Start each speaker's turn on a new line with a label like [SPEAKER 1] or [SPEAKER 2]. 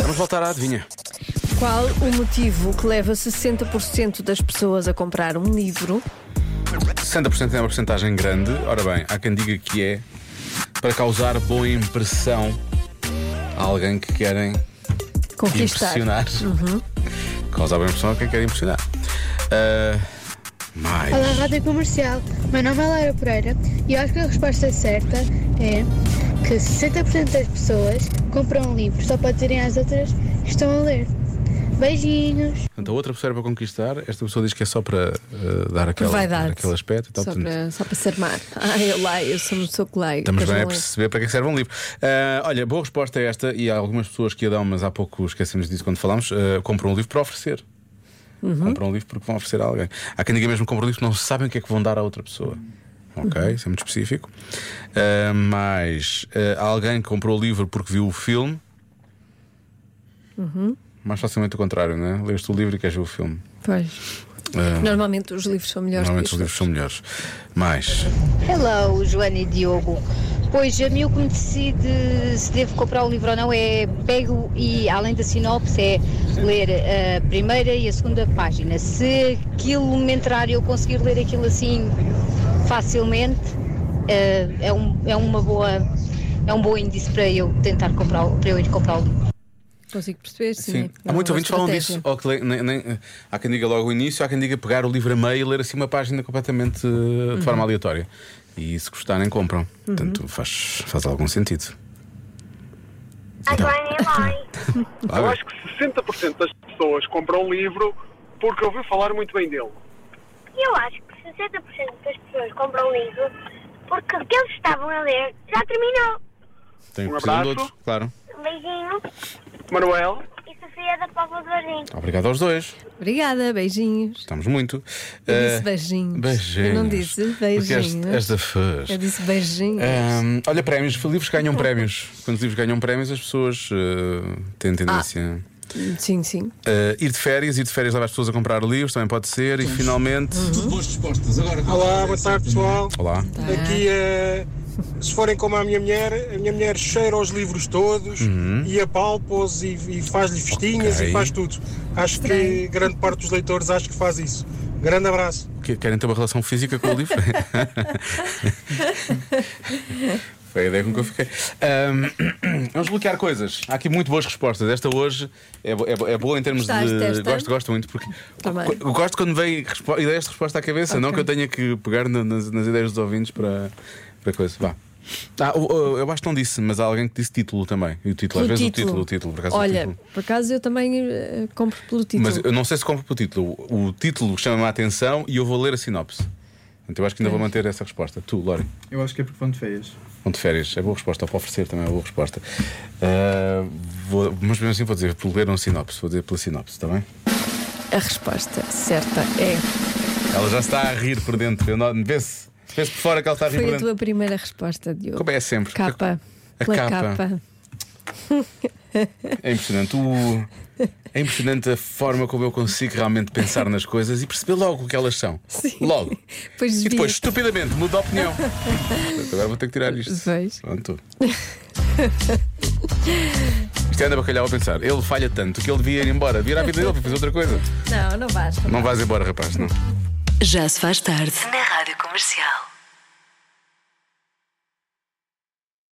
[SPEAKER 1] vamos voltar à adivinha.
[SPEAKER 2] Qual o motivo que leva 60% das pessoas a comprar um livro?
[SPEAKER 1] 60% é uma porcentagem grande. Ora bem, há quem diga que é para causar boa impressão a alguém que querem
[SPEAKER 2] Conquistar.
[SPEAKER 1] impressionar.
[SPEAKER 2] Uhum.
[SPEAKER 1] Causar boa impressão a quem quer impressionar. Ah, mais.
[SPEAKER 3] Olá, Rádio Comercial. Meu nome é Laura Pereira e eu acho que a resposta certa é que 60% das pessoas compram um livro só para dizerem às outras que estão a ler. Beijinhos!
[SPEAKER 1] Portanto, a outra pessoa era para conquistar, esta pessoa diz que é só para ah, dar, aquela,
[SPEAKER 2] Vai
[SPEAKER 1] dar
[SPEAKER 2] dar.
[SPEAKER 1] aquele aspecto e tal.
[SPEAKER 2] Só
[SPEAKER 1] Portanto,
[SPEAKER 2] para, só para se armar. Ah, eu lá, eu sou uma pessoa que leio.
[SPEAKER 1] Estamos
[SPEAKER 2] Depois
[SPEAKER 1] bem a
[SPEAKER 2] não é. leio.
[SPEAKER 1] perceber para que serve um livro. Ah, olha, boa resposta é esta, e há algumas pessoas que a dão, mas há pouco esquecemos disso quando falámos, ah, compram um livro para oferecer.
[SPEAKER 2] Uhum.
[SPEAKER 1] Compram um livro porque vão oferecer a alguém. Há quem diga mesmo que compram um livro que não sabem o que é que vão dar à outra pessoa.
[SPEAKER 2] Uhum.
[SPEAKER 1] Ok, isso é muito específico. Ah, mas ah, há alguém que comprou o livro porque viu o filme.
[SPEAKER 2] Uhum.
[SPEAKER 1] Mais facilmente o contrário, não é? Leste o livro e queres ver o filme.
[SPEAKER 2] Pois.
[SPEAKER 1] Ah,
[SPEAKER 2] Normalmente os livros são melhores
[SPEAKER 1] normalmente os
[SPEAKER 2] que é.
[SPEAKER 1] livros são melhores. Mais.
[SPEAKER 4] Hello, Joana e Diogo. Pois a mim o que me decide se devo comprar o livro ou não é pego e além da sinopse é ler a primeira e a segunda página. Se aquilo me entrar e eu conseguir ler aquilo assim facilmente, eh, é, um, é uma boa é um bom índice para eu tentar comprar o- para eu ir comprar o livro.
[SPEAKER 2] Consigo perceber, sim.
[SPEAKER 1] Sim.
[SPEAKER 2] é
[SPEAKER 1] Há muitos
[SPEAKER 2] uma
[SPEAKER 1] ouvintes que falam
[SPEAKER 2] estratégia.
[SPEAKER 1] disso. ou que le- nem- nem- há quem diga logo o início, há quem diga pegar o livro a meio e ler assim uma página completamente eh, de
[SPEAKER 2] Uhum.
[SPEAKER 1] forma aleatória. E se gostarem, compram. Portanto, faz, faz algum sentido. Então. Lá
[SPEAKER 5] Eu
[SPEAKER 1] vai.
[SPEAKER 5] acho que 60% das pessoas compram um livro porque ouviu falar muito bem dele.
[SPEAKER 6] Eu acho que 60% das pessoas compram um livro porque o que eles estavam a ler já terminou.
[SPEAKER 1] Tem
[SPEAKER 5] Um
[SPEAKER 1] precisam de
[SPEAKER 5] abraço.
[SPEAKER 1] outros, claro.
[SPEAKER 6] Um beijinho
[SPEAKER 5] Manuel,
[SPEAKER 6] e Sofia da Póvoa do Jardim.
[SPEAKER 1] Obrigado aos dois.
[SPEAKER 2] Obrigada, beijinhos.
[SPEAKER 1] Estamos muito.
[SPEAKER 2] Eu
[SPEAKER 1] Eh,
[SPEAKER 2] disse beijinhos.
[SPEAKER 1] Beijinhos.
[SPEAKER 2] Eu não disse beijinhos. É
[SPEAKER 1] Porque és, és da fãs.
[SPEAKER 2] Eu disse beijinhos.
[SPEAKER 1] Ahm, olha, prémios, livros ganham prémios. Quando os livros ganham prémios, as pessoas eh, têm
[SPEAKER 2] Ah,
[SPEAKER 1] tendência.
[SPEAKER 2] Sim, sim.
[SPEAKER 1] Eh, ir de férias, ir de férias leva as pessoas a comprar livros, também pode ser. E finalmente.
[SPEAKER 7] Olá, boa tarde pessoal.
[SPEAKER 1] Olá.
[SPEAKER 7] Aqui é. Se forem como a minha mulher, a minha mulher cheira os livros todos e apalpa-os e, e faz-lhe festinhas
[SPEAKER 1] Ok.
[SPEAKER 7] e faz tudo. Acho que
[SPEAKER 2] Estranho.
[SPEAKER 7] grande parte dos leitores acho que faz isso. Grande abraço.
[SPEAKER 1] Que- Querem ter uma relação física com o livro? Foi a ideia com que eu fiquei. Ahm, vamos bloquear coisas. Há aqui muito boas respostas. Esta hoje é, bo- é bo- é boa em termos
[SPEAKER 2] Gostaste
[SPEAKER 1] de.
[SPEAKER 2] desta?
[SPEAKER 1] Gosto, gosto muito, porque
[SPEAKER 2] Também.
[SPEAKER 1] co- gosto quando vem respo- ideias de resposta à cabeça, não que eu tenha que pegar na- nas, nas ideias dos ouvintes para, para coisa. Vá. Ah, o- o- eu acho que não disse, mas há alguém que disse título também. E o título, às
[SPEAKER 2] Pelo
[SPEAKER 1] vezes o título, o título, por acaso o
[SPEAKER 2] Olha,
[SPEAKER 1] título.
[SPEAKER 2] por acaso eu também eh, compro pelo título.
[SPEAKER 1] Mas eu não sei se compro pelo título. O título chama-me a atenção e eu vou ler a sinopse. Portanto, eu acho que ainda vou manter essa resposta. Tu, Lori,
[SPEAKER 8] Eu acho que é porque vão de férias.
[SPEAKER 1] vão de férias. É boa resposta. Ou para oferecer também é boa resposta. Ah, vou- mas mesmo assim vou dizer, por ler um sinopse. Vou dizer pela sinopse, está bem?
[SPEAKER 2] A resposta certa é.
[SPEAKER 1] Ela já está a rir por dentro. Eu não- Vê-se. Vê-se por fora que ela está a rir por
[SPEAKER 2] Foi a
[SPEAKER 1] dentro.
[SPEAKER 2] tua primeira resposta, Diogo.
[SPEAKER 1] Como é sempre.
[SPEAKER 2] Capa.
[SPEAKER 1] A
[SPEAKER 2] Pela
[SPEAKER 1] capa. É impressionante. O- É impressionante a forma como eu consigo realmente pensar nas coisas e perceber logo o que elas são.
[SPEAKER 2] Sim.
[SPEAKER 1] Logo.
[SPEAKER 2] Depois
[SPEAKER 1] E depois,
[SPEAKER 2] desvia-te.
[SPEAKER 1] estupidamente, muda a opinião. Portanto, Agora vou ter que tirar isto.
[SPEAKER 2] Pois.
[SPEAKER 1] Pronto. Isto é anda bacalhau a pensar. Ele falha tanto que ele devia ir embora, devia ir à vida dele para fazer outra coisa.
[SPEAKER 2] Não, não vais.
[SPEAKER 1] Não vais embora, rapaz, não.
[SPEAKER 9] Já se faz tarde na Rádio Comercial.